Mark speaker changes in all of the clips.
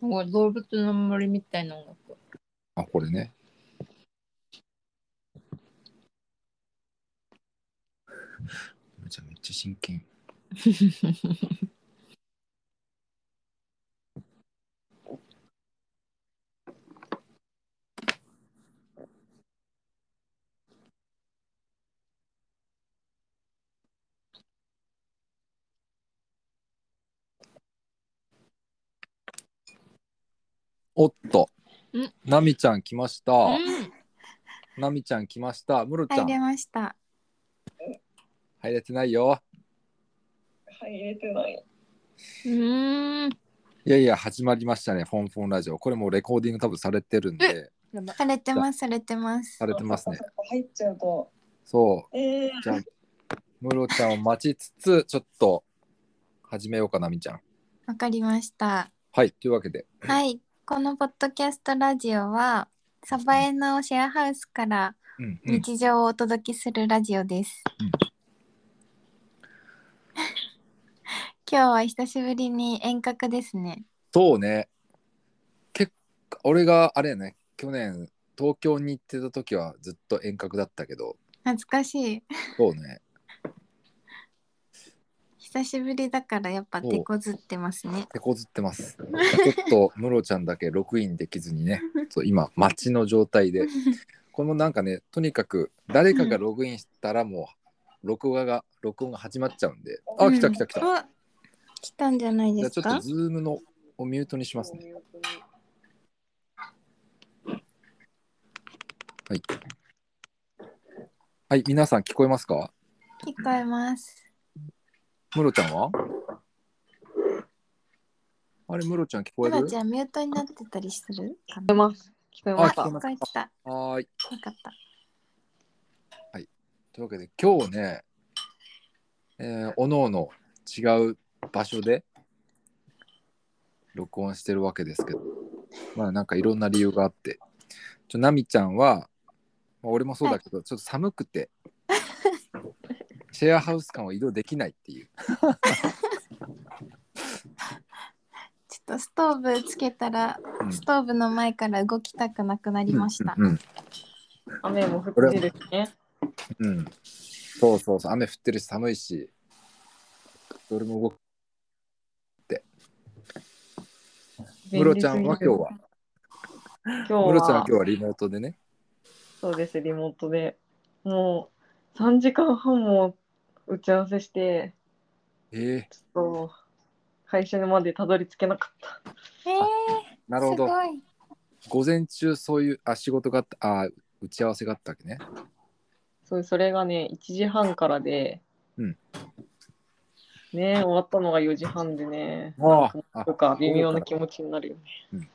Speaker 1: なんか動物の森みたいな音楽。
Speaker 2: あ、これね。めちゃめちゃ真剣。おっと
Speaker 1: ん、
Speaker 2: なみちゃん来ました。
Speaker 1: うん
Speaker 2: なみちゃん来ました。むろちゃ
Speaker 3: 入
Speaker 2: ん
Speaker 3: れました。
Speaker 2: 入れてないよ。
Speaker 4: 入れてない。
Speaker 1: うーん。
Speaker 2: いやいや、始まりましたね。フォンフォンラジオ。これもうレコーディング多分されてるんで、
Speaker 3: されてます、されてます
Speaker 2: さ。れてますね
Speaker 4: そっ。かそっか入っちゃうと。
Speaker 2: そう。
Speaker 4: ええ
Speaker 2: じゃあ、ムロちゃんを待ちつつ、 ちょっと始めようかな、みちゃん。
Speaker 3: わかりました。
Speaker 2: はい、というわけで。
Speaker 3: はい、このポッドキャストラジオは、サバエナをシェアハウスから
Speaker 2: うん、うん。
Speaker 3: 日常をお届けするラジオです。
Speaker 2: うん
Speaker 3: 今日は久しぶりに遠隔ですね。
Speaker 2: そうね。結構、俺があれやね、去年、東京に行ってた時はずっと遠隔だったけど、
Speaker 3: 懐かしい。
Speaker 2: そうね。
Speaker 3: 久しぶりだからやっぱ手こずってますね。
Speaker 2: 手こずってます。ちょっと、ムロちゃんだけログインできずに ね、そう今、待ちの状態で。このなんかね、とにかく、誰かがログインしたらもう、録画が、録音が始まっちゃうんで。あ、来た来た来た。
Speaker 3: あ来たんじゃない
Speaker 2: じゃ
Speaker 3: で
Speaker 2: あち
Speaker 3: す
Speaker 2: ょっと
Speaker 3: か
Speaker 2: ズームのをミュートにしますね。はい。はい、皆さん聞こえますか
Speaker 3: 聞こえます。
Speaker 2: ムロちゃんはあれ、ムロちゃん聞こえ
Speaker 3: ム
Speaker 2: る
Speaker 3: ラちゃんミュートになってたりするかな
Speaker 4: 聞こえ
Speaker 2: あ
Speaker 4: ま
Speaker 3: あ、
Speaker 4: した。
Speaker 2: 聞こえ
Speaker 3: 聞
Speaker 2: ます
Speaker 3: こえてた。よ
Speaker 2: はーい。
Speaker 3: かった。
Speaker 2: というわけで、今日ね、えー、おのおの違う場所で録音してるわけですけど、まあなんかいろんな理由があって、ちょ、ナミちゃんは、まあ、俺もそうだけど、ちょっと寒くて、シェアハウス間を移動できないっていう。
Speaker 3: ちょっとストーブつけたら、
Speaker 2: うん
Speaker 3: ストーブの前から動きたくなくなりました。
Speaker 2: うんうん
Speaker 4: 雨も降ってるしね。
Speaker 2: うん、うんそうそうそう、雨降ってるし寒いし、どれも動く。ムロちゃんは今日は、
Speaker 4: 今日は。
Speaker 2: ムロちゃんは今日はリモートでね。
Speaker 4: そうです、リモートで。もう3時間半も打ち合わせして、
Speaker 2: え
Speaker 4: ちょっと会社までたどり着けなかった。
Speaker 3: えー、
Speaker 2: ー、なるほど
Speaker 3: す。ごい。
Speaker 2: 午前中そういうあ仕事があったあ打ち合わせがあったわけね
Speaker 4: そうそれがね、1時半からで、
Speaker 2: うん
Speaker 4: ね終わったのが4時半でね、
Speaker 2: ああ
Speaker 4: とか微妙な気持ちになるよね。
Speaker 2: うん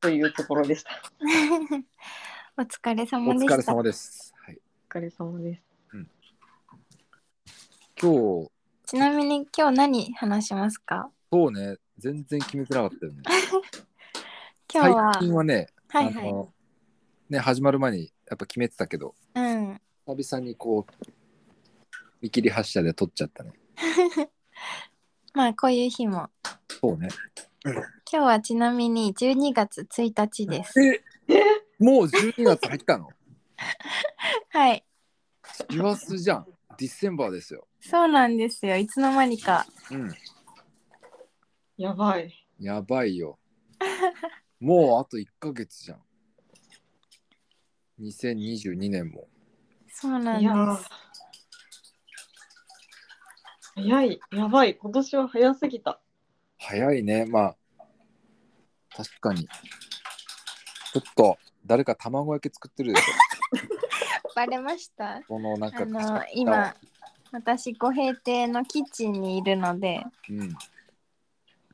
Speaker 4: というところでした。
Speaker 3: お疲れ
Speaker 2: お
Speaker 3: 様で
Speaker 2: 疲れ
Speaker 3: した。
Speaker 2: 様です、はい、
Speaker 4: お疲れ様です。
Speaker 2: 今日
Speaker 3: ちなみに今日何話しますか
Speaker 2: そうね全然決めてなかったよね
Speaker 3: 今日は
Speaker 2: 最、近はね、
Speaker 3: はいは
Speaker 2: あ
Speaker 3: い。
Speaker 2: のね始まる前にやっぱ決めてたけど
Speaker 3: うん。
Speaker 2: 久々にこう見切り発車で撮っちゃったね
Speaker 3: まあこういう日も。
Speaker 2: そうね
Speaker 3: 今日はちなみに12月1日です。
Speaker 2: えもう12月入ったの
Speaker 3: はい。
Speaker 2: 師走じゃんディセンバーですよ
Speaker 3: そうなんですよ。いつの間にか。
Speaker 2: うん
Speaker 4: やばい。
Speaker 2: やばい よもうあと1ヶ月じゃん2022年も
Speaker 3: そうない
Speaker 4: や
Speaker 3: ん
Speaker 4: ー
Speaker 3: です。
Speaker 4: 早い、やばい、今年は早すぎた。
Speaker 2: 早いねまあ確かにちょっと誰か卵焼き作ってる でし
Speaker 3: バレました
Speaker 2: ょこのなんか
Speaker 3: あの、今、私、ご平邸のキッチンにいるので、
Speaker 2: うん、聞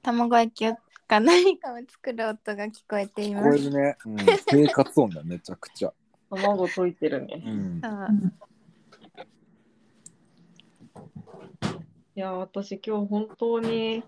Speaker 3: 卵焼きか何かを作る音が聞こえていま
Speaker 2: こえる
Speaker 3: す。
Speaker 2: ね、 うん、生活音だめちゃくちゃ、
Speaker 4: 卵溶いてるね。
Speaker 2: う
Speaker 4: い
Speaker 2: ん
Speaker 3: そ、 う
Speaker 4: やー、私今日本当に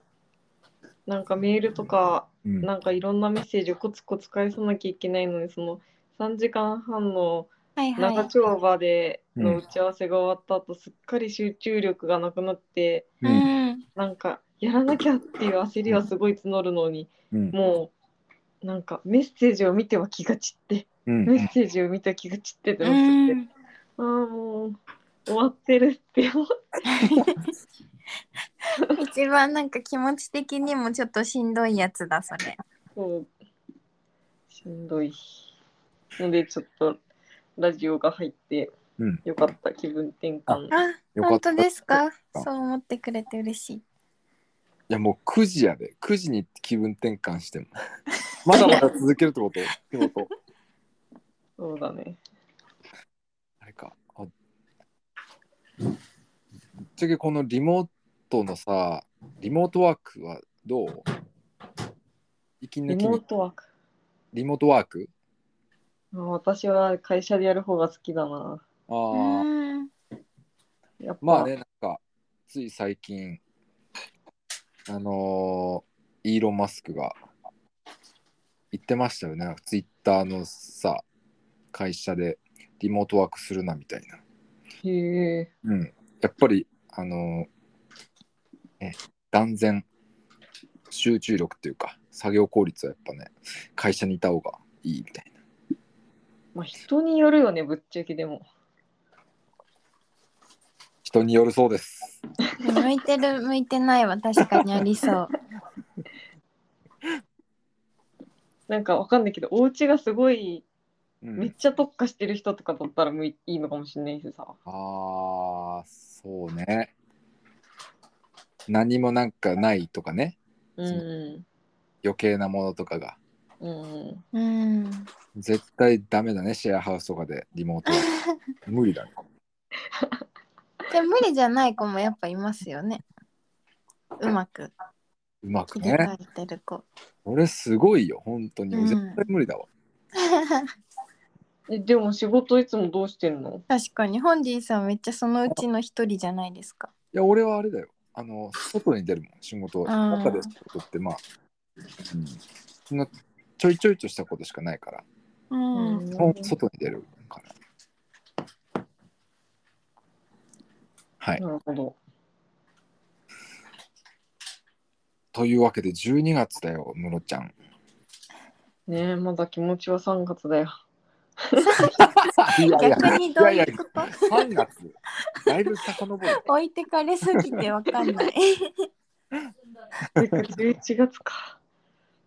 Speaker 4: なんかメールとか、
Speaker 2: うん、
Speaker 4: なんかいろんなメッセージをコツコツ返さなきゃいけないのに、その3時間半の
Speaker 3: はいはい。
Speaker 4: 長丁場で
Speaker 2: う
Speaker 4: の
Speaker 2: ん
Speaker 4: 打ち合わせが終わった後、すっかり集中力がなくなって、
Speaker 3: うん。
Speaker 4: なんかやらなきゃっていう焦りはすごい募るのに
Speaker 2: うん
Speaker 4: もうなんかメッセージを見ては気が散って
Speaker 2: うん
Speaker 4: メッセージを見ては気が散ってって
Speaker 3: う
Speaker 4: なっちゃって
Speaker 3: ん
Speaker 4: ああもう終わってるって思って
Speaker 3: 一番なんか気持ち的にもちょっとしんどいやつだそれ。
Speaker 4: こうしんどいのでちょっとラジオが入って
Speaker 2: うん
Speaker 4: よかった気分転換
Speaker 3: あ、
Speaker 2: よか
Speaker 3: 本
Speaker 2: った
Speaker 3: 当ですか。そう思ってくれて嬉しい。
Speaker 2: いやもう9時やで9時に気分転換して もまだまだ続けるってことってこと
Speaker 4: そうだね
Speaker 2: あれかあぶっちゃけこのリモートのさリモートワークはどう息
Speaker 4: リ
Speaker 2: 抜き
Speaker 4: モー
Speaker 2: に
Speaker 4: トワーク
Speaker 2: リモートワーク
Speaker 4: まあ私は会社でやる方が好きだな
Speaker 2: あ
Speaker 3: う
Speaker 2: ー
Speaker 3: ん。
Speaker 4: やっぱ、
Speaker 2: まあねなんかつい最近あのーイーロン・マスクが言ってましたよねツイッターのさ会社でリモートワークするなみたいな、
Speaker 4: へえ
Speaker 2: うん、やっぱりあのーね断然集中力っていうか作業効率はやっぱね会社にいた方がいいみたいな
Speaker 4: まあ人によるよねぶっちゃけでも
Speaker 2: 人によるそうです
Speaker 3: 向いてる向いてないは確かにありそう。
Speaker 4: なんかわかんないけどお家がすごい
Speaker 2: うん
Speaker 4: めっちゃ特化してる人とかだったらむいいいのかもしれないしさ
Speaker 2: ああ、そうね。何もなんかないとかね、
Speaker 4: うん
Speaker 2: 余計なものとかが。
Speaker 4: うん
Speaker 3: うん。
Speaker 2: 絶対ダメだね、シェアハウスとかでリモートは。無理だね。
Speaker 3: で無理じゃない子もやっぱいますよね。うまく
Speaker 2: うまく
Speaker 3: 切り替
Speaker 2: ね。
Speaker 3: えてる子。
Speaker 2: 俺すごいよ、本当に。
Speaker 3: うん
Speaker 2: 絶対無理だわ。
Speaker 4: えでも仕事いつもどうしてんの
Speaker 3: 確かにホンディさんめっちゃそのうちの一人じゃないですか。
Speaker 2: いや、俺はあれだよ。あの、外に出るもん、仕事。
Speaker 3: あー
Speaker 2: 中で仕事って、まあ、うん、そんなちょいちょいとしたことしかないから、
Speaker 3: うん。
Speaker 2: 外に出るから。はい。
Speaker 4: なるほど
Speaker 2: というわけで12月だよ、ムロちゃん。
Speaker 4: ねえまだ気持ちは3月だよ
Speaker 2: いやいや
Speaker 3: 逆にどういうこと
Speaker 2: やや3月だいぶ遡る
Speaker 3: 置いてかれすぎてわかんない。
Speaker 4: てか11月か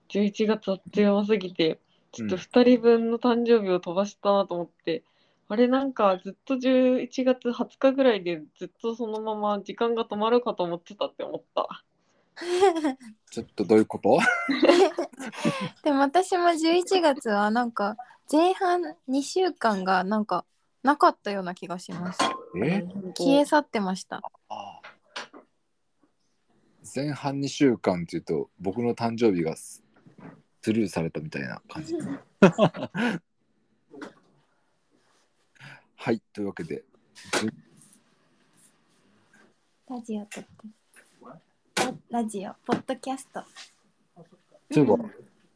Speaker 4: 11月あっという間すぎてちょっと2人分の誕生日を飛ばしたなと思って、あれなんかずっと11月20日ぐらいでずっとそのまま時間が止まるかと思ってたって思った
Speaker 2: ちょっとどういうこと
Speaker 3: でも私も11月はなんか前半2週間がなんかなかったような気がします。
Speaker 2: え
Speaker 3: 消え去ってました。
Speaker 2: あ前半2週間っていうと僕の誕生日がススルーされたみたいな感じはいというわけで
Speaker 3: ラジオ撮って。ラジオ、ポッドキャスト。
Speaker 2: そうい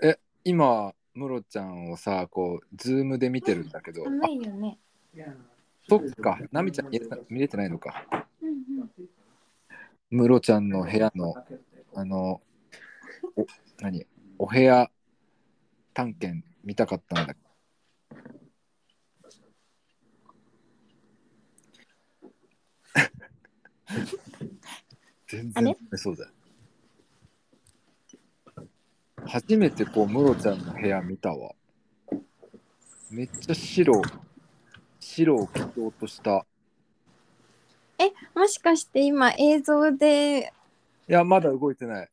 Speaker 2: えばえ今ムロちゃんをさこうズームで見てるんだけど、
Speaker 3: 寒
Speaker 2: あ
Speaker 3: いよね。
Speaker 2: そっかナミちゃん見れた見れてないのか
Speaker 3: うんうん
Speaker 2: ムロちゃんの部屋のあの、お、何お部屋探検見たかったんだ。全
Speaker 3: あれ
Speaker 2: 然そうだよ。初めてこう、ムロちゃんの部屋見たわ。めっちゃ白を、白を基調とした。
Speaker 3: え、もしかして今映像で
Speaker 2: いや、まだ動いてない。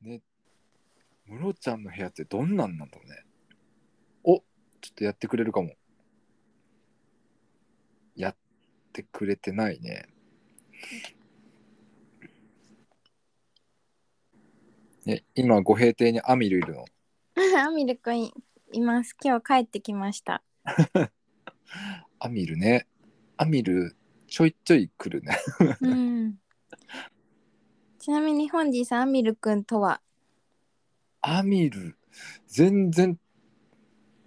Speaker 2: ね、ムロちゃんの部屋ってどんなんなんだろうね。おちょっとやってくれるかも。やってくれてないね。ね、今、ご平邸にアミルいるの。
Speaker 3: アミルくんいいます。今日帰ってきました。
Speaker 2: アミルね。アミル、ちょいちょい来るね。
Speaker 3: うん。ちなみにホンディさん、アミルくんとは
Speaker 2: アミル全然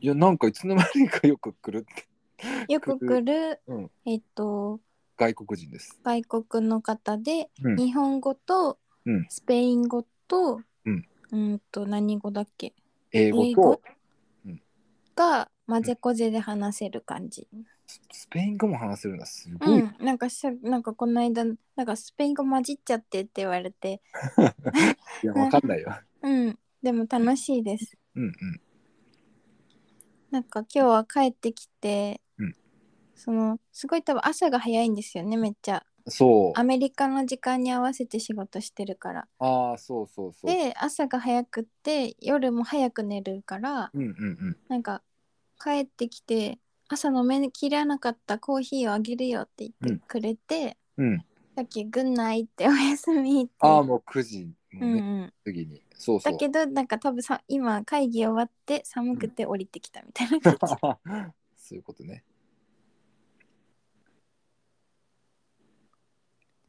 Speaker 2: いやなんかいつの間にかよく来るって
Speaker 3: よく来る、
Speaker 2: うん
Speaker 3: えっと、
Speaker 2: 外国人です。
Speaker 3: 外国の方で、
Speaker 2: うん
Speaker 3: 日本語と
Speaker 2: うん
Speaker 3: スペイン語と、
Speaker 2: うん
Speaker 3: ーんと何語だっけ
Speaker 2: 英語と
Speaker 3: が混ぜこぜで話せる感じ。
Speaker 2: ススペイン語も話せるんだ。すご
Speaker 3: う
Speaker 2: い。
Speaker 3: ん、なんかしゃなんかこの間なんかスペイン語混じっちゃってって言われて、
Speaker 2: いや、わかんないよ。
Speaker 3: うん、でも楽しいです。
Speaker 2: うんうん。
Speaker 3: なんか今日は帰ってきて、
Speaker 2: うん
Speaker 3: そのすごい多分朝が早いんですよねめっちゃ
Speaker 2: そう
Speaker 3: ア。メリカの時間に合わせて仕事してるから
Speaker 2: ああ、そうそうそう。
Speaker 3: で朝が早くって夜も早く寝るから
Speaker 2: うんうんうん。
Speaker 3: なんか帰ってきて朝飲めきらなかったコーヒーをあげるよって言ってくれて、
Speaker 2: うん、
Speaker 3: さっき「グンナイ」っておやすみって
Speaker 2: ああ、もう9時
Speaker 3: う
Speaker 2: もう
Speaker 3: んう
Speaker 2: ね、
Speaker 3: ん、
Speaker 2: 次に。そうそう
Speaker 3: だ。けどなんか多分さ今会議終わって寒くて降りてきたみたいな感 じ、
Speaker 2: そういうことね。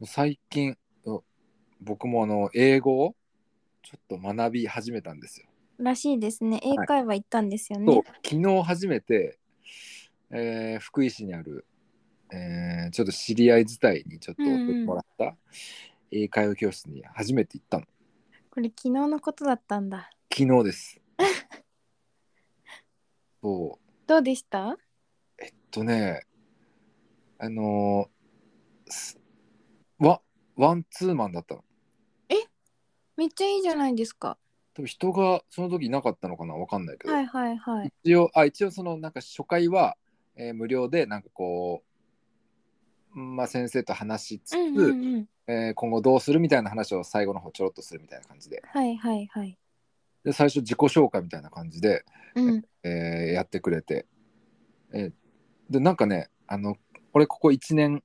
Speaker 2: 最近、あ僕もあの英語をちょっと学び始めたんですよ。
Speaker 3: らしいですね英会話行ったんですよね、
Speaker 2: そう昨日初めて、えー福井市にある、えーちょっと知り合い自体にちょっと送ってもらった英会話教室に初めて行ったの。
Speaker 3: これ昨日のことだったんだ
Speaker 2: 昨日です。 そう
Speaker 3: どうでした
Speaker 2: えっとねあのーすワワンツーマンだったの
Speaker 3: めっちゃいいじゃないですか
Speaker 2: 多分人がその時いなかったのかなわかんないけど、
Speaker 3: はいはいはい
Speaker 2: 一応あ一応そのなんか初回は、えー無料でなんかこう、まあ、先生と話しつつ、
Speaker 3: うんうんうん
Speaker 2: えー今後どうするみたいな話を最後の方ちょろっとするみたいな感じで
Speaker 3: はいはいはい
Speaker 2: で最初自己紹介みたいな感じで、
Speaker 3: うん
Speaker 2: えーやってくれて、えーでなんかねあの俺ここ1年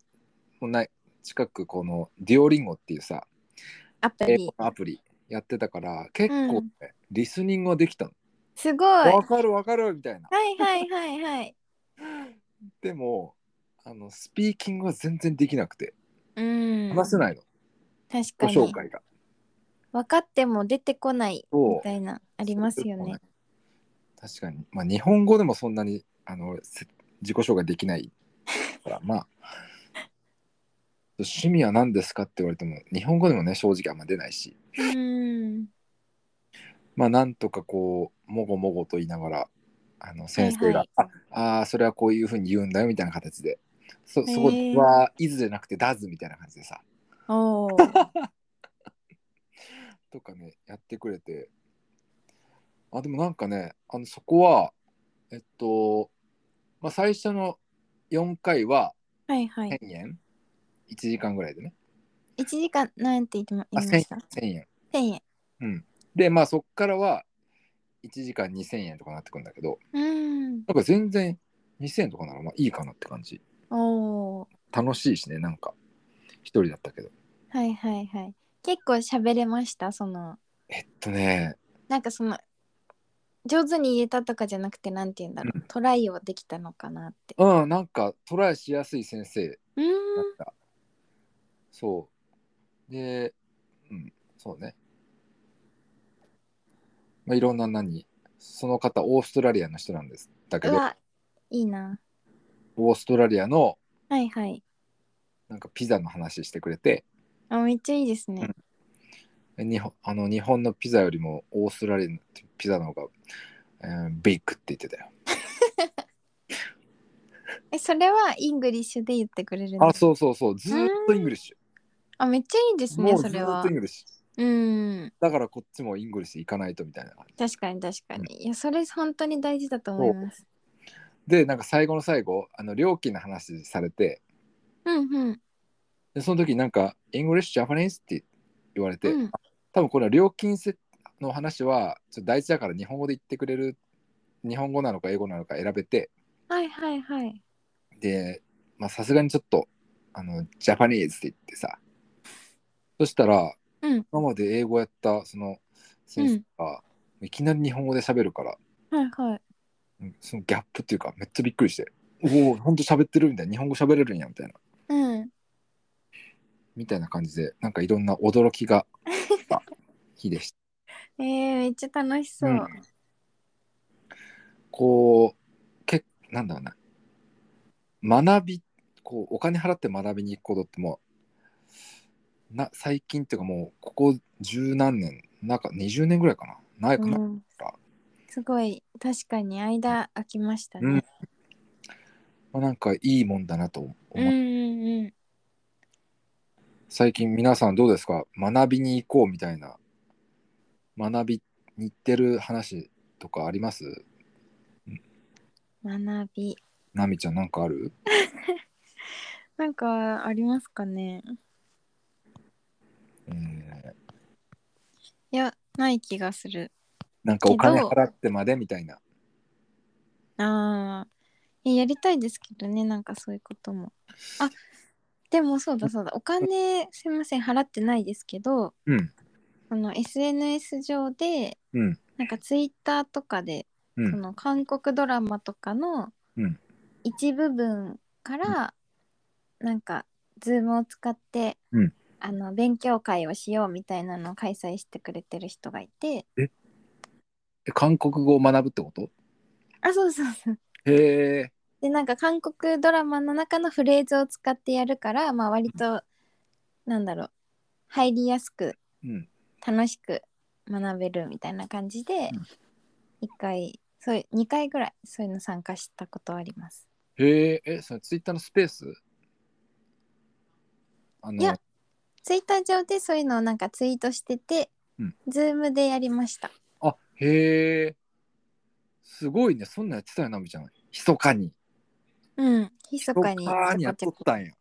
Speaker 2: もない近くこのディオリンゴっていうさ
Speaker 3: アプ
Speaker 2: 英
Speaker 3: リ
Speaker 2: 語のアプリやってたから結
Speaker 3: う
Speaker 2: 構、ねリスニングはできたの。
Speaker 3: すごいは
Speaker 2: わかるわかるみたいな。
Speaker 3: いはいはいはい
Speaker 2: でもあのスピーキングは全然できなくて
Speaker 3: うん
Speaker 2: 話せないの、
Speaker 3: 確か
Speaker 2: ご
Speaker 3: に
Speaker 2: 紹介が。
Speaker 3: 分かっても出てこない
Speaker 2: そう
Speaker 3: みたいなありますよね。
Speaker 2: 確かに、まあ、日本語でもそんなにあの俺せ自己紹介できないから まあ趣味は何ですかって言われても日本語でもね正直あんま出ないし
Speaker 3: うん
Speaker 2: まあなんとかこうもごもごと言いながらあの先生が
Speaker 3: は
Speaker 2: 「
Speaker 3: い
Speaker 2: ああーそれはこういうふうに言うんだよ」みたいな形でそそ
Speaker 3: へ
Speaker 2: こ
Speaker 3: ー
Speaker 2: は「いず」じゃなくて「だず」みたいな感じでさ
Speaker 3: おお
Speaker 2: とかねやってくれてあでもなんかねあのそこはえっと、まあ、最初の4回は
Speaker 3: はいはい
Speaker 2: 1000円1時間ぐらいでね
Speaker 3: 一時間なんて言っても
Speaker 2: あ
Speaker 3: 言いま
Speaker 2: 1000
Speaker 3: した
Speaker 2: 円円
Speaker 3: 千円
Speaker 2: でまあそっからは1時間2000円とかなってくるんだけど
Speaker 3: うん
Speaker 2: なんか全然2000円とかならまあいいかなって感じ
Speaker 3: おお
Speaker 2: 楽しいしねなんか一人だったけど
Speaker 3: はいはいはい結構喋れましたその
Speaker 2: えっとね
Speaker 3: なんかその上手に言えたとかじゃなくてなんて言うんだろう、トライをできたのかなって。
Speaker 2: うんなんかトライしやすい先生
Speaker 3: うーん
Speaker 2: だった。そう。で、うん、そうね。まあ、いろんな何、その方、オーストラリアの人なんです。だけ
Speaker 3: う
Speaker 2: ど、
Speaker 3: わいいな。
Speaker 2: オーストラリアの
Speaker 3: はいはい。
Speaker 2: なんかピザの話してくれて、
Speaker 3: あめっちゃいいですね。
Speaker 2: 日本あの日本のピザよりもオーストラリアのピザの方が、えービッグって言ってたよ。
Speaker 3: えそれはイングリッシュで言ってくれるの
Speaker 2: あ、そうそうそう、ずーっとイングリッシ
Speaker 3: あめっちゃいいです
Speaker 2: ュ。も
Speaker 3: ね
Speaker 2: うず
Speaker 3: それ
Speaker 2: ーっ
Speaker 3: は
Speaker 2: とイ。ングリッシュ。
Speaker 3: うん
Speaker 2: だからこっちもイングリッシュ行かないとみたいな感じ。
Speaker 3: 確かに確かに。いやそれ本当に大事だと思います。
Speaker 2: で、なんか最後の最後、あの料金の話されて、
Speaker 3: うんうん
Speaker 2: でその時なんか「English Japanese」って言われて、
Speaker 3: うん
Speaker 2: 多分これは料金せの話はちょっと大事だから日本語で言ってくれる日本語なのか英語なのか選べて
Speaker 3: はいはいはい。
Speaker 2: でまあさすがにちょっとあの「ジャパニーズ」って言ってさそしたら、
Speaker 3: うん
Speaker 2: 今まで英語やったその先生が、いきなり日本語で喋るから
Speaker 3: はいはい。
Speaker 2: うんそのギャップっていうかめっちゃびっくりして「おおほんと喋ってる」みたいな「日本語喋れるんや」みたいな
Speaker 3: うん。
Speaker 2: みたいな感じでなんかいろんな驚き があった日でした。
Speaker 3: えー、めっちゃ楽しそう。
Speaker 2: うんこうけなんだろうな学びこうお金払って学びに行くことってもうな最近っていうかもうここ十何年なんか20年ぐらいかなないかな、
Speaker 3: うんすごい確かに間空きました
Speaker 2: うん
Speaker 3: ね。
Speaker 2: まあ、なんかいいもんだなと思う、
Speaker 3: うんうんうん。
Speaker 2: 最近皆さんどうですか学びに行こうみたいな学びに行ってる話とかあります
Speaker 3: 学び
Speaker 2: ナミちゃんなんかある
Speaker 3: なんかありますかね。
Speaker 2: うん
Speaker 3: いやない気がする。
Speaker 2: なんかお金
Speaker 3: けど
Speaker 2: 払ってまでみたいな
Speaker 3: ああいややりたいですけどねなんかそういうことも。あでもそうだそうだお金すいません払ってないですけど
Speaker 2: うん
Speaker 3: あの SNS 上で
Speaker 2: うん
Speaker 3: なんかツイッターとかで、
Speaker 2: うん
Speaker 3: その韓国ドラマとかの
Speaker 2: うん
Speaker 3: 一部分から、なんかズームを使って、
Speaker 2: うん
Speaker 3: あの勉強会をしようみたいなのを開催してくれてる人がいて
Speaker 2: え韓国語を学ぶってこと
Speaker 3: あそうそうそう
Speaker 2: へえ
Speaker 3: でなんか韓国ドラマの中のフレーズを使ってやるからまあ割となんだろう入りやすく
Speaker 2: うん
Speaker 3: 楽しく学べるみたいな感じで、
Speaker 2: うん
Speaker 3: 一回そういう2回ぐらいそういうの参加したことあります
Speaker 2: へええそのツイッターのスペースあの
Speaker 3: いやツイッター上でそういうのをなんかツイートしてて、
Speaker 2: うん
Speaker 3: ズームでやりました
Speaker 2: あへえすごいねそんなんやってたよナミちゃん密かに
Speaker 3: うん密かに
Speaker 2: 密かに
Speaker 3: ち
Speaker 2: や
Speaker 3: ょ
Speaker 2: っ
Speaker 3: ことち
Speaker 2: っ
Speaker 3: ょ
Speaker 2: た んや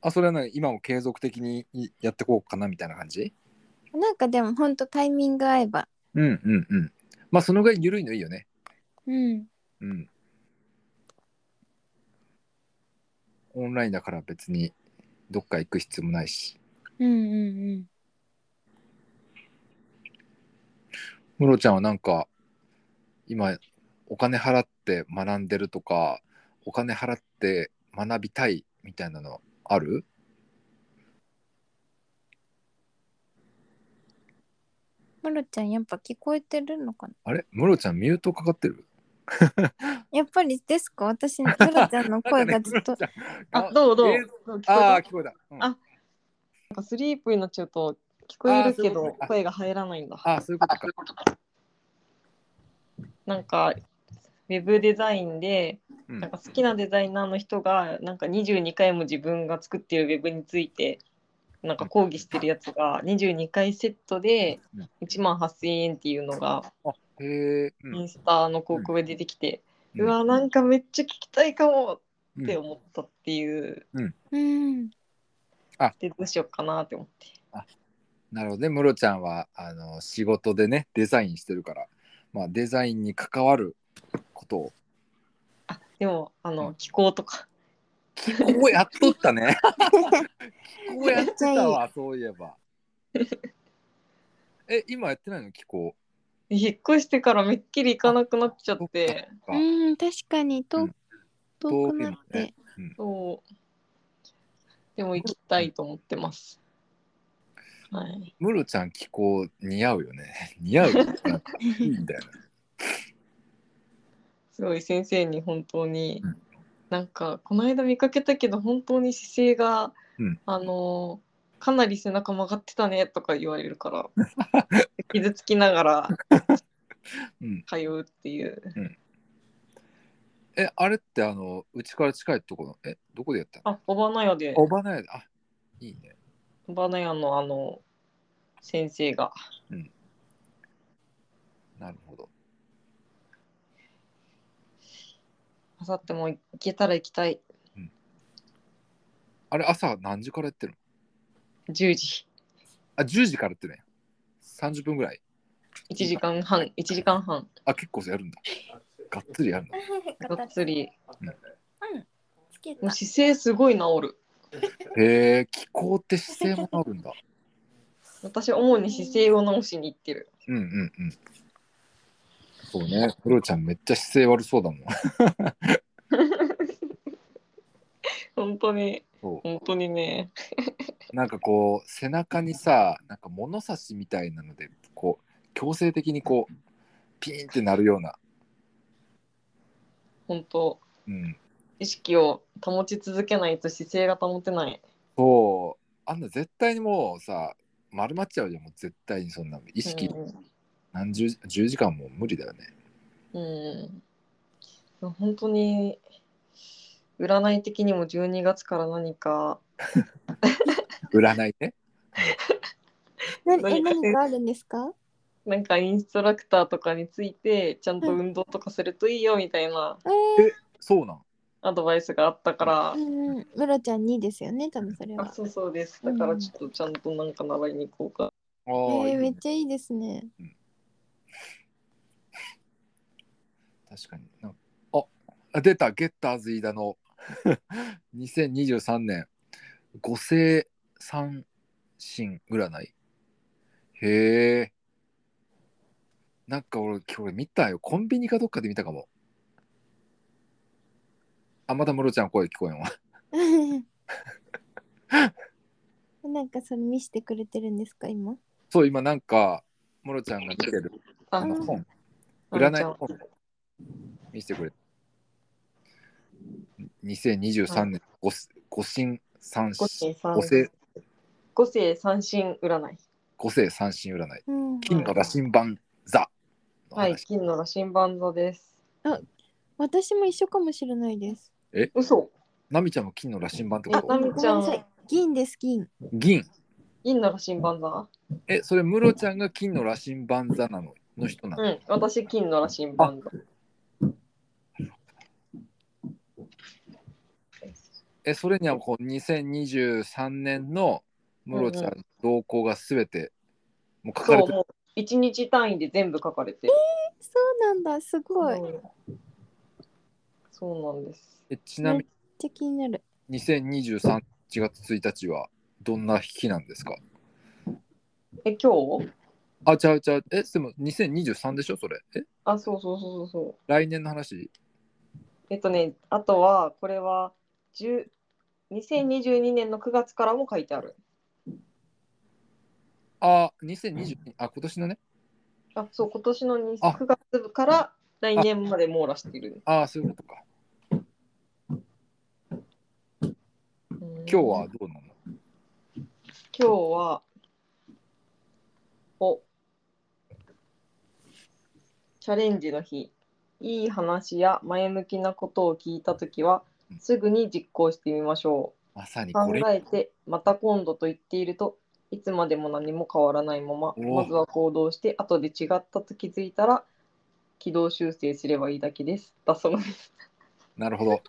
Speaker 2: あそれはね今も継続的にやってこうかなみたいな感じ
Speaker 3: こなんかでもほんとタイミング合えば
Speaker 2: うんうんうんまあそのぐらい緩いのいいよね
Speaker 3: うん
Speaker 2: うんオンラインだから別にどっか行く必要もないし
Speaker 3: うんうん
Speaker 2: ムロちゃんはなんか今お金払って学んでるとかお金払って学びたいみたいなのある
Speaker 3: まるちゃんやっぱ聞こえてるのかな
Speaker 2: あれムロちゃんミュートかかってる
Speaker 3: やっぱりですか私まるちゃんの声がずっと
Speaker 2: なんかねムロちゃ
Speaker 4: あ
Speaker 2: ん
Speaker 4: どうどう
Speaker 2: えー
Speaker 4: どう聞こえた
Speaker 2: あ
Speaker 4: な
Speaker 2: あ
Speaker 4: ん
Speaker 2: 聞こえた、うん
Speaker 4: あかスリープになっちゃうと聞こえるけ
Speaker 2: あーそういう
Speaker 4: ど
Speaker 2: ことか
Speaker 4: 声が入らないんだ
Speaker 2: ああそういうことか
Speaker 4: なんかウェブデザインで
Speaker 2: うん
Speaker 4: なんか好きなデザイナーの人がなんか22回も自分が作っているウェブについてなんか講義してるやつが22回セットで
Speaker 2: うん
Speaker 4: 1万8000円っていうのが
Speaker 2: へえ、う
Speaker 4: イ
Speaker 2: ん
Speaker 4: ンスタの広告で出てきて、
Speaker 2: うん
Speaker 4: う
Speaker 2: うん
Speaker 4: わなんかめっちゃ聞きたいかも
Speaker 2: うん
Speaker 4: って思ったっていう、
Speaker 3: うん
Speaker 4: でどうしようかなって思って
Speaker 2: なるほどねムロちゃんはあの仕事でねデザインしてるから、まあ、デザインに関わることを
Speaker 4: あでもあの、
Speaker 2: うん
Speaker 4: 気候とか
Speaker 2: ここやっとったねここやってた
Speaker 3: め
Speaker 2: わそういえばえ今やってないの気候
Speaker 4: 引っ越してからめっきり行かなくなっちゃって
Speaker 2: あ
Speaker 3: うん確かにと、
Speaker 2: うん
Speaker 3: 遠くな
Speaker 2: 遠いも
Speaker 3: っ
Speaker 2: ん
Speaker 3: て
Speaker 2: ね
Speaker 4: そうでも行きたいと思ってます、はい
Speaker 2: ムロちゃん気候似合うよね 似合うよなんかいいんだよね
Speaker 4: すごい先生に本当に、
Speaker 2: うん
Speaker 4: なんかこの間見かけたけど本当に姿勢が、
Speaker 2: うん
Speaker 4: あのーかなり背中曲がってたねとか言われ るから傷つきながら
Speaker 2: うん
Speaker 4: 通うっていう
Speaker 2: えあれってあのうちから近いところえどこでやったの
Speaker 4: あ小花屋で
Speaker 2: おばなやであいいね
Speaker 4: 小花屋のあの先生が
Speaker 2: なるほど
Speaker 4: あさっても行けたら行きたい
Speaker 2: あれ朝何時からやってるの
Speaker 4: 10時
Speaker 2: あ10時からやってるね30分ぐらい
Speaker 4: 1時間半1時間半
Speaker 2: あ結構やるんだがっつりやるんだ
Speaker 4: が っつり
Speaker 3: つけ
Speaker 4: もう
Speaker 3: た
Speaker 4: 姿勢すごい治る
Speaker 2: へえ気候って姿勢もあるんだ
Speaker 4: 私主に姿勢を直しに行ってる
Speaker 2: うんうんうん。そうね、プロちゃんめっちゃ姿勢悪そうだもん。
Speaker 4: 本当に
Speaker 2: そ
Speaker 4: 本当にね
Speaker 2: うなんかこう背中にさ、なんか物差しみたいなのでこう強制的にこうピーンってなるような
Speaker 4: 本当
Speaker 2: うん、
Speaker 4: 意識を保ち続けないと姿勢が保てない
Speaker 2: そうあんな絶対にもうさ丸まっちゃうじゃんもう絶対にそんな意識
Speaker 4: うん
Speaker 2: 何十10時間も無理だよね
Speaker 4: うん、本当に占い的にも12月から何か
Speaker 2: 占いね
Speaker 3: な
Speaker 4: 何か
Speaker 3: え何かあるんですか
Speaker 4: なんかインストラクターとかについてちゃんと運動とかするといいよみたいな
Speaker 3: え
Speaker 2: そうなん
Speaker 4: アドバイスがあったから
Speaker 3: ー、うんうん、ムロちゃんにですよね多分それ
Speaker 4: あ
Speaker 3: は
Speaker 4: そうそうですだからちょっとちゃんとなんか習いに行こうか
Speaker 2: あ
Speaker 3: え
Speaker 2: ー、いい
Speaker 3: ー、
Speaker 2: ね
Speaker 3: めっちゃいいですね
Speaker 2: 確かになんかああ出たゲッターズ飯田の 2023年五星三神占いへえなんか俺今日見たよコンビニかどっかで見たかもあまたムロちゃん声聞こえんわ
Speaker 3: なんかそれ見せてくれてるんですか今
Speaker 2: そう今なんかムロちゃんが見てる
Speaker 4: あ
Speaker 2: あの本
Speaker 4: うん
Speaker 2: 占いの本見せてくれ2023年五五神三
Speaker 4: 五
Speaker 2: 神
Speaker 4: 星三
Speaker 2: 五星
Speaker 4: 五星三神占い
Speaker 2: 五星三神占い
Speaker 3: うん
Speaker 2: 金の羅針盤座の
Speaker 4: はい
Speaker 2: 話、
Speaker 4: 金の羅針盤座です
Speaker 3: 私も一緒かもしれないです
Speaker 4: 嘘
Speaker 2: ナミちゃんも金の羅針盤って
Speaker 4: あ
Speaker 2: こ
Speaker 4: ナミ
Speaker 2: と
Speaker 4: ちゃ
Speaker 3: ごめなさい
Speaker 4: ん
Speaker 3: 銀です銀
Speaker 2: 銀
Speaker 4: 銀の羅針盤座
Speaker 2: えそれムロちゃんが金の羅針盤座なのの人なの、
Speaker 4: うん私金の羅針盤座
Speaker 2: えそれにはこう2023年のムロちゃんの動向がすべてもう書かれ
Speaker 4: そう
Speaker 2: てる
Speaker 4: もう一日単位で全部書かれて
Speaker 3: そうなんだすごいめっ
Speaker 4: うんそうなんです
Speaker 2: えちなみ
Speaker 3: ちゃ気になる
Speaker 2: に2023 1月1日はどんな日なんですか
Speaker 4: え今日
Speaker 2: あちゃうちゃうえでも2023でしょそれえ
Speaker 4: あそうそうそうそうそう
Speaker 2: 来年の話
Speaker 4: えっとねあとはこれは10 2022年の9月からも書いてある
Speaker 2: あ2022あ今年のね
Speaker 4: あそう今年のに
Speaker 2: あ
Speaker 4: 9月から来年まで網羅してる
Speaker 2: ああそういうことか
Speaker 4: うん
Speaker 2: 今日はどうなの
Speaker 4: 今日はおチャレンジの日いい話や前向きなことを聞いたときはすぐに実行してみましょ
Speaker 2: まさに
Speaker 4: う
Speaker 2: こ
Speaker 4: 考
Speaker 2: れ。
Speaker 4: えてまた今度と言っているといつまでも何も変わらないまま
Speaker 2: お
Speaker 4: まずは行動して後で違ったと気づいたら軌道修正すればいいだけですだそうです
Speaker 2: なるほど。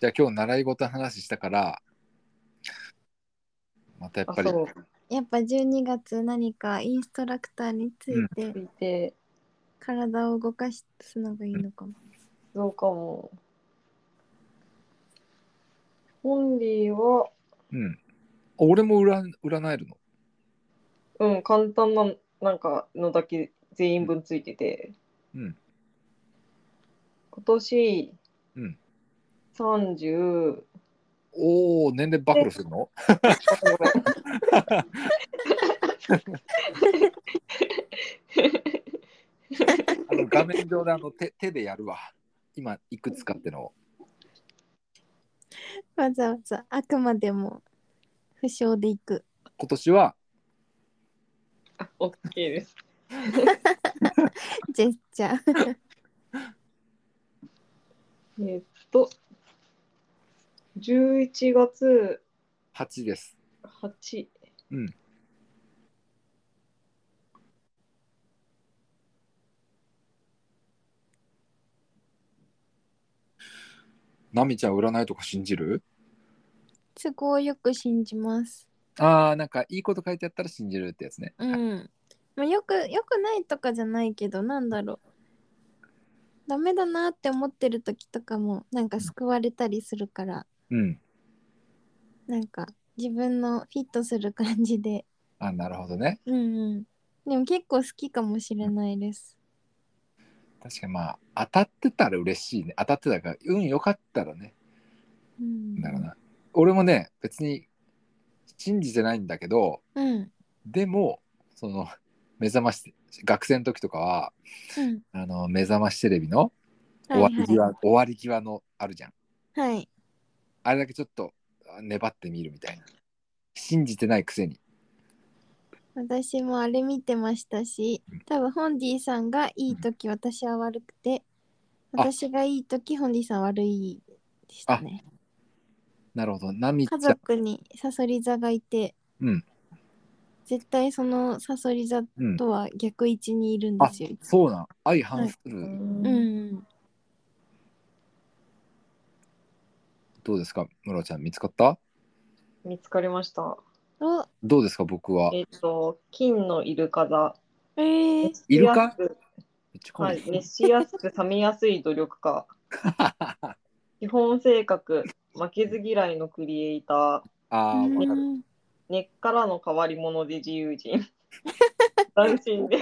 Speaker 2: じゃあ今日習い事の話したから、またやっ
Speaker 4: あ
Speaker 2: ぱり
Speaker 4: そう
Speaker 3: やっぱ12月何かインストラクターについて
Speaker 4: ついて
Speaker 3: 体を動かすのがいいのかも、
Speaker 4: そうかもオンリーは
Speaker 2: うん。俺も占占えるの。
Speaker 4: うん、簡単な、なんかのだけ全員分ついてて、
Speaker 2: うん。
Speaker 4: 今年、
Speaker 2: うん
Speaker 4: 30、
Speaker 2: おお、年齢暴露するの
Speaker 4: あごめん
Speaker 2: あの画面上であ の手手でやるわ。今、いくつかってのを。
Speaker 3: わざわざあくまでも不詳でいく
Speaker 2: 今年は、
Speaker 4: あ、OK です。
Speaker 3: ジェスチャー
Speaker 4: えーっと、11月
Speaker 2: 8です。
Speaker 4: 8、
Speaker 2: うん。ナミちゃん占いとか信じる
Speaker 3: 都合よく信じます
Speaker 2: ああ、なんかいいこと書いてあったら信じるってやつね。
Speaker 3: うん、まあ、よくよくないとかじゃないけどなんだろうダメだなって思ってる時とかもなんか救われたりするから
Speaker 2: うん。
Speaker 3: なんか自分のフィットする感じで
Speaker 2: あなるほどね。
Speaker 3: うんうんでも結構好きかもしれないです
Speaker 2: 確かにまあ、当たってたら嬉しいね。当たってたから、運良かったらね。
Speaker 3: うん
Speaker 2: だからな。俺もね、別に信じてないんだけど、
Speaker 3: うん
Speaker 2: でも、その、目覚まし、学生の時とかは、
Speaker 3: うん
Speaker 2: あの、目覚ましテレビの終わり際、
Speaker 3: は
Speaker 2: 終わり際のあるじゃん
Speaker 3: い、はい。
Speaker 2: あれだけちょっとあ粘ってみるみたいな信じてないくせに
Speaker 3: 私もあれ見てましたし、多分ホンディさんがいい時私は悪くて、
Speaker 2: あ
Speaker 3: 私がいい時ホンディさん悪いでしたね。
Speaker 2: なるほどナミちゃん
Speaker 3: 家族にサソリ座がいて、
Speaker 2: うん
Speaker 3: 絶対そのサソリ座
Speaker 2: うん
Speaker 3: とは逆位置にいるんですよ。
Speaker 2: そうなん相反する、
Speaker 3: う
Speaker 1: うん
Speaker 3: ん。
Speaker 2: どうですかムロちゃん見つかった
Speaker 4: 見つかりました。
Speaker 3: お、
Speaker 2: どうですか僕は
Speaker 4: えっと、金のイルカ座。
Speaker 3: えー、
Speaker 2: イルカ
Speaker 4: 熱しやす
Speaker 2: めっちゃ
Speaker 4: く
Speaker 2: 怖
Speaker 4: はいい。熱しやすく冷めやすい努力家。
Speaker 2: あ
Speaker 4: 基本性格、負けず嫌いのクリエイター。
Speaker 2: あーわかる、
Speaker 3: うん
Speaker 4: 根っからの変わり者で自由人。斬新で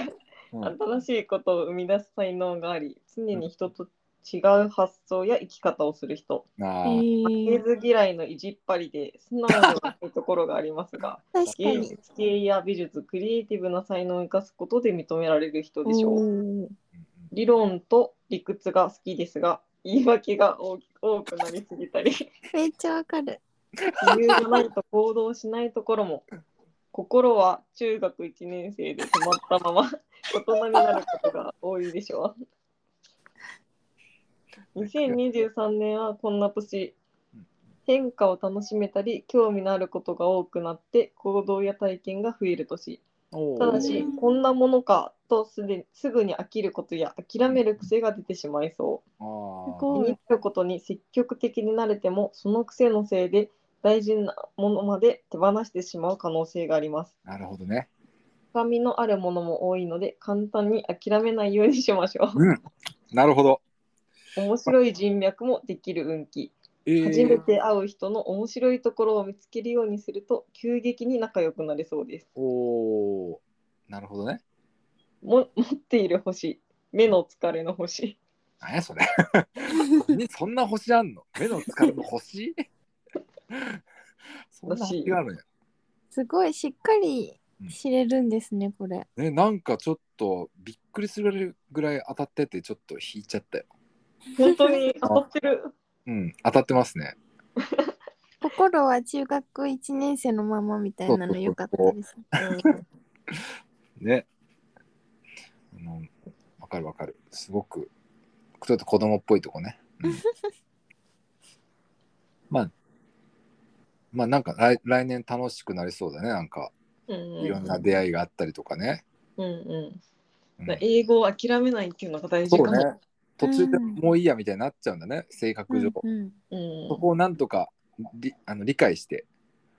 Speaker 2: うん
Speaker 4: 新しいことを生み出す才能があり、常に人と違う発想や生き方をする人。
Speaker 2: あ
Speaker 3: え
Speaker 2: ー
Speaker 4: 負け
Speaker 3: ー、
Speaker 4: ず嫌いの意地っぱりで、素直ではないところがありますが、
Speaker 3: 確か
Speaker 4: 芸
Speaker 3: に。
Speaker 4: 術系や美術、クリエイティブな才能を生かすことで認められる人でしょう。
Speaker 3: おー
Speaker 4: 理論と理屈が好きですが、言い訳が大き多くなりすぎたり、
Speaker 3: めっちゃわかる。
Speaker 4: 理由がないと行動しないところも、心は中学1年生で止まったまま大人になることが多いでしょう。2023年はこんな年
Speaker 2: うん、
Speaker 4: 変化を楽しめたり、興味のあることが多くなって、行動や体験が増える年。
Speaker 2: おー
Speaker 4: ただし、こんなものかとすでにすぐに飽きることや諦める癖が出てしまいそ
Speaker 2: あ
Speaker 4: う。
Speaker 2: ー
Speaker 3: すごい
Speaker 4: 気に入ることに積極的になれてもその癖のせいで大事なものまで手放してしまう可能性があります
Speaker 2: なるほどね
Speaker 4: 深みのあるものも多いので簡単に諦めないようにしましょ
Speaker 2: うんなるほど、
Speaker 4: う面白い人脈もできる運気
Speaker 2: えー
Speaker 4: 初めて会う人の面白いところを見つけるようにすると急激に仲良くなれそうです
Speaker 2: おーなるほどね
Speaker 4: も持っている星目の疲れの星
Speaker 2: 何やそ れ何そんな星あんの目の疲れの 星そんな星があるんや
Speaker 3: すごいしっかり知れるんですね、これ。
Speaker 2: ねなんかちょっとびっくりするぐらい当たっててちょっと引いちゃったよ
Speaker 4: 本当に当たっ てる
Speaker 2: うん当たってますね
Speaker 3: 心は中学1年生のままみたいなの良かったです。
Speaker 4: うん
Speaker 2: ねあのわかるわかるすごくちょっと子供っぽいとこね、うんまあまあなんか来来年楽しくなりそうだねなんか
Speaker 4: うんうん
Speaker 2: いろんな出会いがあったりとかね、
Speaker 4: うんうん
Speaker 2: うん
Speaker 4: だから英語を諦めないっていうのが大事
Speaker 2: そ
Speaker 4: か
Speaker 2: う
Speaker 4: な
Speaker 2: ね途中で
Speaker 3: うん
Speaker 2: もういいやみたいになっちゃうんだね性格上、
Speaker 3: うんうん
Speaker 4: うん
Speaker 2: そこをなんとかりあの理解して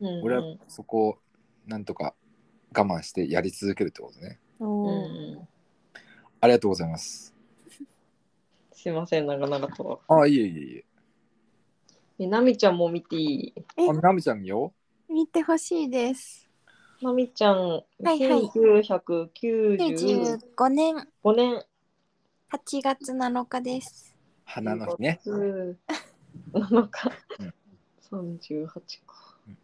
Speaker 4: うん
Speaker 2: 俺はそこをなんとか我慢してやり続けるってことね
Speaker 4: うん
Speaker 3: おー
Speaker 4: うん
Speaker 2: ありがとうございます
Speaker 4: すいません、長々と。
Speaker 2: ああいえいえいえ
Speaker 4: え、なみちゃんも見ていい
Speaker 3: え
Speaker 2: あナムちゃん見よ
Speaker 3: 見てほしいです。
Speaker 4: なみちゃん、
Speaker 3: はいはい
Speaker 4: 1995
Speaker 3: 95年8
Speaker 4: 年。
Speaker 3: 月7日です。
Speaker 2: う花の日ね。
Speaker 4: 7日
Speaker 2: うん。
Speaker 4: 38か
Speaker 2: うん。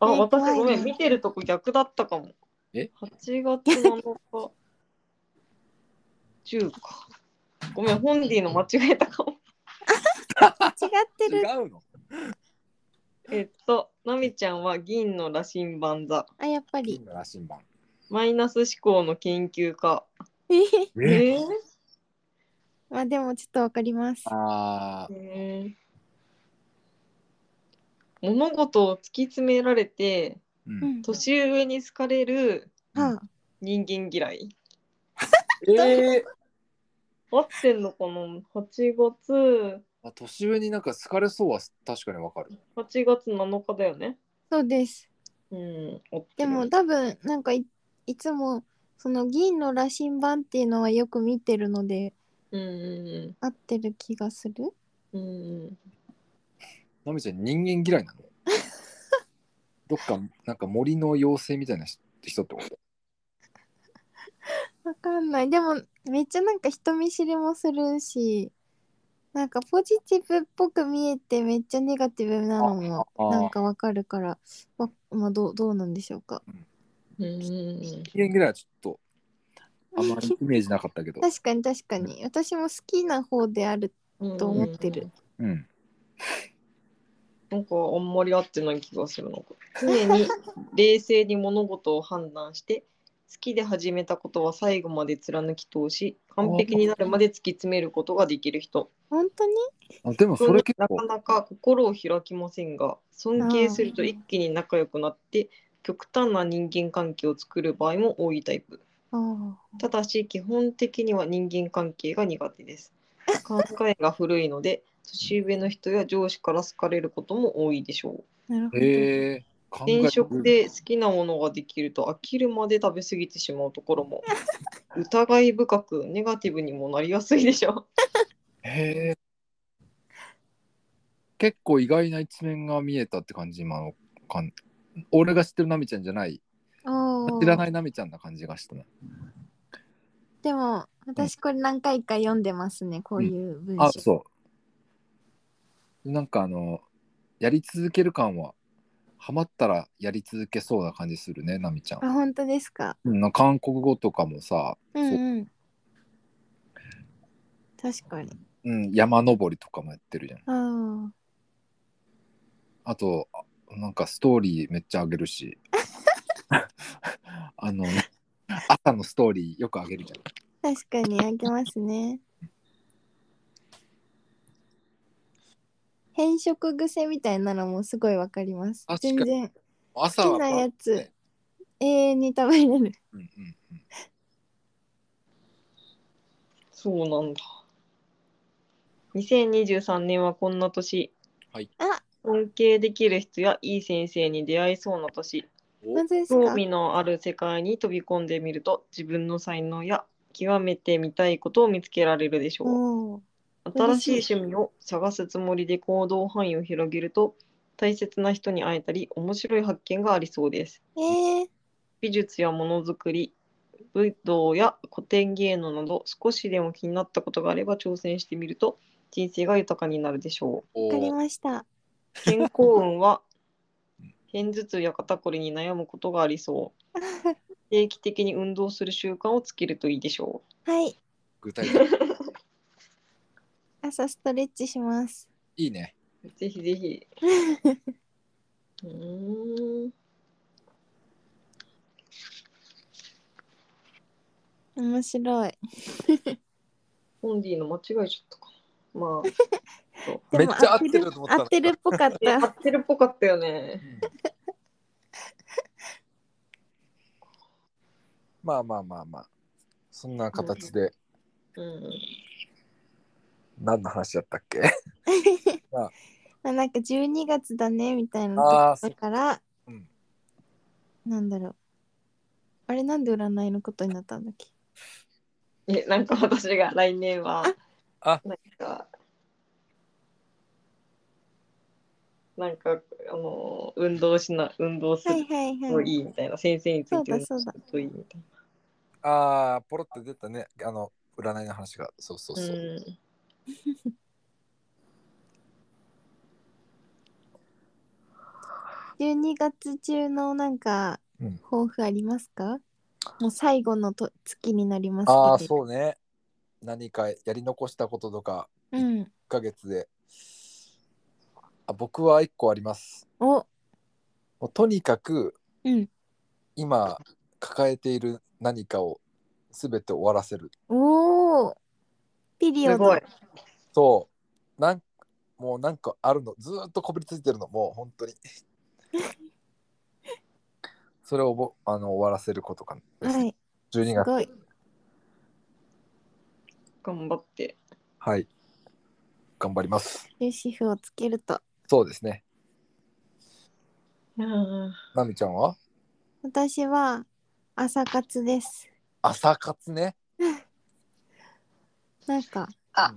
Speaker 4: あ、
Speaker 3: え怖
Speaker 4: 私
Speaker 3: い
Speaker 4: ごめん、
Speaker 3: ね
Speaker 4: 見てるとこ逆だったかも。
Speaker 2: え
Speaker 4: ?8 月7日。10か。ごめん、ホンディの間違えたかも。
Speaker 3: 間違って
Speaker 2: 違
Speaker 3: る。
Speaker 2: うの
Speaker 4: えっと、なみちゃんは銀の羅針盤座。
Speaker 3: あ、やっぱり
Speaker 2: 銀。の羅針盤
Speaker 4: マイナス思考の研究家。
Speaker 2: え
Speaker 4: ー
Speaker 3: まあでもちょっとわかります。
Speaker 2: あー
Speaker 4: へー物事を突き詰められて
Speaker 2: うん
Speaker 4: 年上に好かれる
Speaker 3: は
Speaker 4: 人間嫌い
Speaker 2: えー
Speaker 4: 合ってんのかな8月
Speaker 2: あ年上になんか好かれそうは確かにわかる
Speaker 4: 8月7日だよね
Speaker 3: そうです。
Speaker 4: うん合って
Speaker 3: で
Speaker 4: る
Speaker 3: も多分なんかいいつもその銀の羅針盤っていうのはよく見てるので
Speaker 4: うんうん
Speaker 3: 合ってる気がする。
Speaker 4: うんうん
Speaker 2: ナムちゃん人間嫌いなのどっかなんか森の妖精みたいな人人ってこと
Speaker 3: わかんない。でもめっちゃなんか人見知りもするし、なんかポジティブっぽく見えてめっちゃネガティブなのも
Speaker 2: ああ
Speaker 3: なんかわかるから、わまあどうどうなんでしょうか。
Speaker 4: うんうんうん
Speaker 2: 人間嫌いはちょっとあんまりイメージなかったけど。
Speaker 3: 確かに確かに私も好きな方である
Speaker 4: うん
Speaker 3: と思ってる。
Speaker 2: うん。
Speaker 4: なんかあんまり合ってない気がするのか常に冷静に物事を判断して好きで始めたことは最後まで貫き通し完璧になるまで突き詰めることができる人
Speaker 3: 本当に
Speaker 2: あでもそれ結
Speaker 4: な
Speaker 2: 構
Speaker 4: か、なか心を開きませんが尊敬すると一気に仲良くなって極端な人間関係を作る場合も多いタイプ
Speaker 3: あ
Speaker 4: ただし基本的には人間関係が苦手です考えが古いので年上の人や上司から好かれることも多いでしょう
Speaker 3: あなるほど。
Speaker 2: へえ考え
Speaker 4: 転職で好きなものができると飽きるまで食べ過ぎてしまうところ も疑い深くネガティブにもなりやすいでしょ
Speaker 2: へえ結構意外な一面が見えたって感じ今のかん俺が知ってるナミちゃんじゃない
Speaker 3: ああ
Speaker 2: 知らないナミちゃんな感じがしたね
Speaker 3: でも私これ何回か読んでますね、こういう文章。
Speaker 2: あそうなんかあのやり続ける感はハマったらやり続けそうな感じするねナミちゃん
Speaker 3: あ本当ですか。
Speaker 2: うんなんか韓国語とかもさ、
Speaker 3: う
Speaker 2: そうん
Speaker 3: うん。確かに。
Speaker 2: うん、山登りとかもやってるじゃん
Speaker 3: あ
Speaker 2: あとあなんかストーリーめっちゃあげるし あの朝のストーリーよくあげるじゃん
Speaker 3: あ確かにあげますね。変色癖みたいなのもすごいわかります
Speaker 2: 確。かに
Speaker 3: 全然
Speaker 2: 朝
Speaker 3: 好
Speaker 2: は
Speaker 3: きなや
Speaker 2: パッ
Speaker 3: つ
Speaker 2: て
Speaker 3: 永遠に食べれる。
Speaker 2: うんうんうん
Speaker 4: そうなんだ2023年はこんな年
Speaker 2: はい
Speaker 3: あ
Speaker 4: 尊敬できる人やいい先生に出会いそうな年
Speaker 2: お
Speaker 3: 本当です
Speaker 4: 興
Speaker 3: か。
Speaker 4: 味のある世界に飛び込んでみると自分の才能や極めてみたいことを見つけられるでしょう
Speaker 3: おお。
Speaker 4: 新しい趣味を探すつもりで行動範囲を広げると大切な人に会えたり面白い発見がありそうです
Speaker 3: ええ
Speaker 4: 美術やものづくり武道や古典芸能など少しでも気になったことがあれば挑戦してみると人生が豊かになるでしょう
Speaker 3: わかり
Speaker 2: お
Speaker 3: ました。
Speaker 4: 健康運は片頭痛や肩こりに悩むことがありそう定期的に運動する習慣をつけるといいでしょう
Speaker 3: はい。
Speaker 2: 具体的
Speaker 3: 朝ストレッチします。
Speaker 2: いいね
Speaker 4: ぜひぜ ひうーん
Speaker 3: 面白い。
Speaker 4: オンディの間違えちゃったかな。 ま
Speaker 3: で
Speaker 2: め
Speaker 3: も
Speaker 2: っちゃ合ってると思った
Speaker 3: 合ってるっぽかっ
Speaker 4: あ、合
Speaker 3: た。
Speaker 4: ってるっぽかったよね。
Speaker 2: まあまあまあまあそんな形で
Speaker 4: うん。
Speaker 2: 何の話だったっけ
Speaker 3: まあなんか12月だねみたいなと
Speaker 2: あー
Speaker 3: こだから、
Speaker 2: そううん
Speaker 3: なんだろうあれなんで占いのことになったんだっけ
Speaker 4: え、なんか私が来年は、
Speaker 2: あ
Speaker 4: なんか、なんか、あの、運動しな、運動す
Speaker 3: はい
Speaker 4: る
Speaker 3: はい
Speaker 4: と
Speaker 3: はい
Speaker 4: いみたいな、先生について
Speaker 3: そうだ
Speaker 4: 運動
Speaker 3: そう
Speaker 4: す
Speaker 3: だ
Speaker 4: るといいみたい
Speaker 2: ああポロって出たねあの占いの話がそうそう
Speaker 4: な。
Speaker 2: そう、
Speaker 4: うん。
Speaker 3: 12月中のなんか
Speaker 2: うん
Speaker 3: 抱負ありますかもう最後のと月になりますけど
Speaker 2: ああそうね何かやり残したこととか
Speaker 3: うん
Speaker 2: 1ヶ月であ僕は1個あります
Speaker 3: お
Speaker 2: もうとにかく
Speaker 3: うん
Speaker 2: 今抱えている何かを全て終わらせる
Speaker 3: おおピリオ
Speaker 4: す
Speaker 3: ド
Speaker 4: ごい。
Speaker 2: そうなんもうなんかあるのずーっとこびりついてるのもう本当に それをぼあの終わらせることかです、
Speaker 3: はい
Speaker 2: 12
Speaker 3: す
Speaker 2: 月
Speaker 3: ごい
Speaker 4: 頑張って。
Speaker 2: はい頑張ります
Speaker 3: 終止符をつけると
Speaker 2: そうですね
Speaker 4: うん。
Speaker 2: ナミちゃんは
Speaker 3: 私は朝活です
Speaker 2: 朝活ね
Speaker 3: なんか
Speaker 4: あ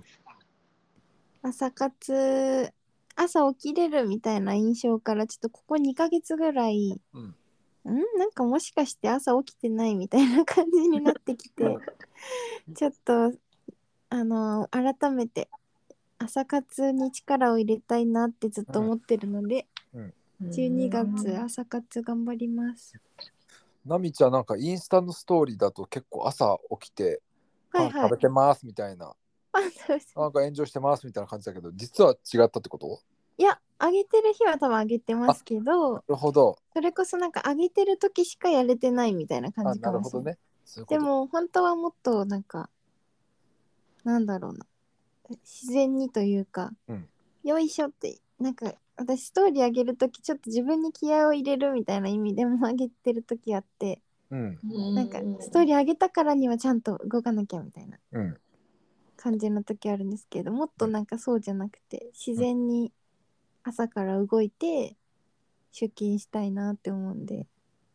Speaker 3: 朝活朝起きれるみたいな印象からちょっとここ2ヶ月ぐらい、
Speaker 2: うん
Speaker 3: んなんかもしかして朝起きてないみたいな感じになってきてちょっとあの改めて朝活に力を入れたいなってずっと思ってるので、12月朝活頑張ります。
Speaker 2: なみちゃんなんかインスタのストーリーだと結構朝起きて
Speaker 3: は
Speaker 2: パン
Speaker 3: いは
Speaker 2: 食
Speaker 3: い
Speaker 2: べ。てますみたいな、
Speaker 3: あ、そうです。
Speaker 2: なんか炎上してますみたいな感じだけど実は違ったってこと
Speaker 3: いや、あげてる日は多分あげてますけど
Speaker 2: な、るほど
Speaker 3: それこそなんかあげてる時しかやれてないみたいな感
Speaker 2: あ
Speaker 3: じ
Speaker 2: な
Speaker 3: か
Speaker 2: る
Speaker 3: も
Speaker 2: ほ
Speaker 3: しれ
Speaker 2: ど
Speaker 3: ない。
Speaker 2: ねそういうこ
Speaker 3: で
Speaker 2: と
Speaker 3: も本当はもっとなんか、なんだろうな。自然にというか、
Speaker 2: うん
Speaker 3: よいしょって、なんか私ストーリーあげる時ちょっと自分に気合を入れるみたいな意味でもあげてる時あって、
Speaker 2: うん
Speaker 3: なんかストー
Speaker 1: リ
Speaker 3: リーあげたからにはちゃんと動かなきゃみたいな。
Speaker 2: うん
Speaker 3: 感じの時あるんですけどもっとなんかそうじゃなくて自然に朝から動いて出勤したいなって思うんで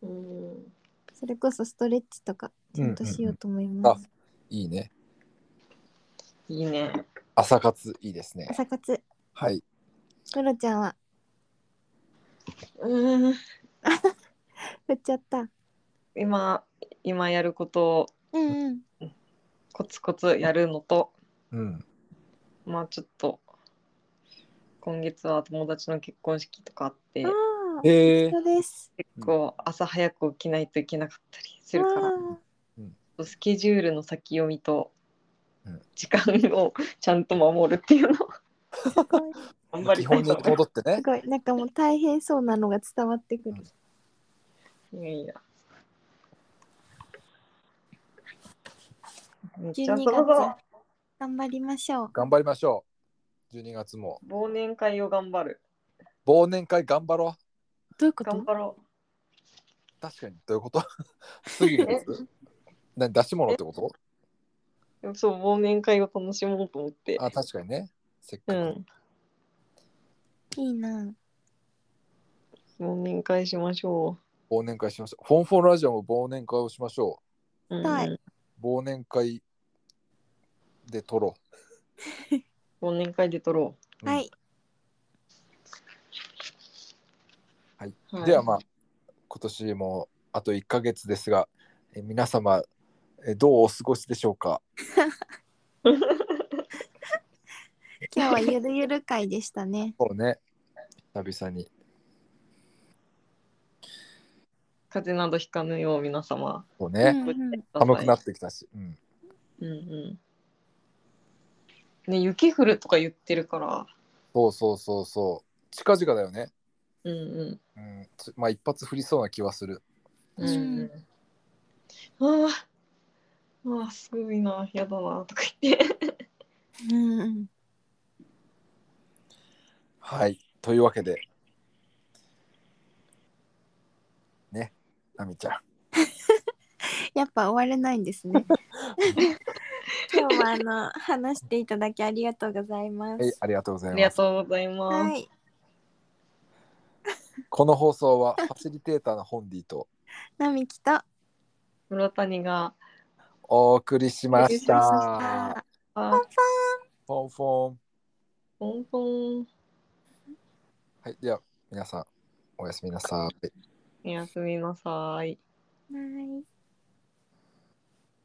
Speaker 4: うん
Speaker 3: それこそストレッチとかちゃんとしようと思います、
Speaker 2: うんうんうんいいね
Speaker 4: いいね。
Speaker 2: 朝活いいですね
Speaker 3: 朝活
Speaker 2: はい
Speaker 3: ムロちゃんは
Speaker 4: う
Speaker 3: 振
Speaker 4: ん。
Speaker 3: っちゃった
Speaker 4: 今、今やることを
Speaker 3: うんうん
Speaker 4: コツコツやるのと、
Speaker 2: うん
Speaker 4: まあちょっと、今月は友達の結婚式とかあって
Speaker 3: あ、あー
Speaker 2: えー
Speaker 3: そうです
Speaker 4: 結構朝早く起きないといけなかったりするか
Speaker 3: わ
Speaker 4: ら、
Speaker 3: ー
Speaker 4: スケジュールの先読みと
Speaker 2: うん、
Speaker 4: 時間を ちゃんと守るっていうのを
Speaker 3: すごい
Speaker 4: 頑張り
Speaker 2: 基
Speaker 4: たい
Speaker 2: 本
Speaker 4: と
Speaker 2: に
Speaker 4: 思
Speaker 2: 戻ってね
Speaker 3: すごいなんかもう大変そうなのが伝わってくる
Speaker 4: う。いやいや。めっちゃ
Speaker 3: 12
Speaker 4: 遊ぶぞ
Speaker 3: 月頑張りましょう
Speaker 2: 頑張りましょう12月も
Speaker 4: 忘年会を頑張る。
Speaker 2: 忘年会頑張ろう
Speaker 3: どういうこ
Speaker 4: 頑張ろ
Speaker 2: 確かにどういうこと次のやつ何出し物ってこと
Speaker 4: う。そう、忘年会を楽しもうと思って。
Speaker 2: あ確かにねせっか
Speaker 4: う
Speaker 2: く、
Speaker 4: ん。
Speaker 3: いいな
Speaker 4: 忘年会しましょ
Speaker 2: 忘年会しましょうフォンフォンラジオも忘年会をしましょ
Speaker 4: う。
Speaker 3: はいう
Speaker 2: う忘年会で撮ろ
Speaker 4: ん、忘年会で撮ろ
Speaker 2: うん
Speaker 3: はい
Speaker 4: う。
Speaker 2: う、ではまあ今年もあと1ヶ月ですがえ皆様えどうお過ごしでしょうか
Speaker 3: 今日はゆるゆる会でしたね
Speaker 2: そうね久々に
Speaker 4: 風邪などひかぬよう皆様。
Speaker 2: そう
Speaker 3: う
Speaker 2: ね、
Speaker 3: んうん
Speaker 2: 寒くなってきたし、うん、
Speaker 4: うんうん。ね、雪降るとか言ってるから。
Speaker 2: そうそうそうそう近々だよね、
Speaker 4: うんうん。
Speaker 2: うん、つまあ一発降りそうな気はする
Speaker 4: うんうん、ああ。ああ、すごいな、やだなとか言って。
Speaker 3: うんうん
Speaker 2: はい。というわけで。ね、なみちゃん。
Speaker 3: やっぱ終われないんですね。今日はあの話していただきありがとうございま
Speaker 2: はい
Speaker 3: す、。
Speaker 2: ありがとうござ
Speaker 4: あ
Speaker 2: い
Speaker 4: りが
Speaker 2: ます。
Speaker 4: とうございます。
Speaker 3: はい、
Speaker 2: この放送はファシリテーターのホンディと
Speaker 3: 並木と
Speaker 4: 室谷が。
Speaker 2: お送りしまし
Speaker 3: お送りしました
Speaker 2: た。
Speaker 4: あ
Speaker 3: ポンポ
Speaker 4: ー
Speaker 3: ン
Speaker 2: フォンフォン。
Speaker 4: ポンポン。
Speaker 2: はい。では、皆さん、おやすみなさい。
Speaker 4: おやすみなさい。
Speaker 3: はい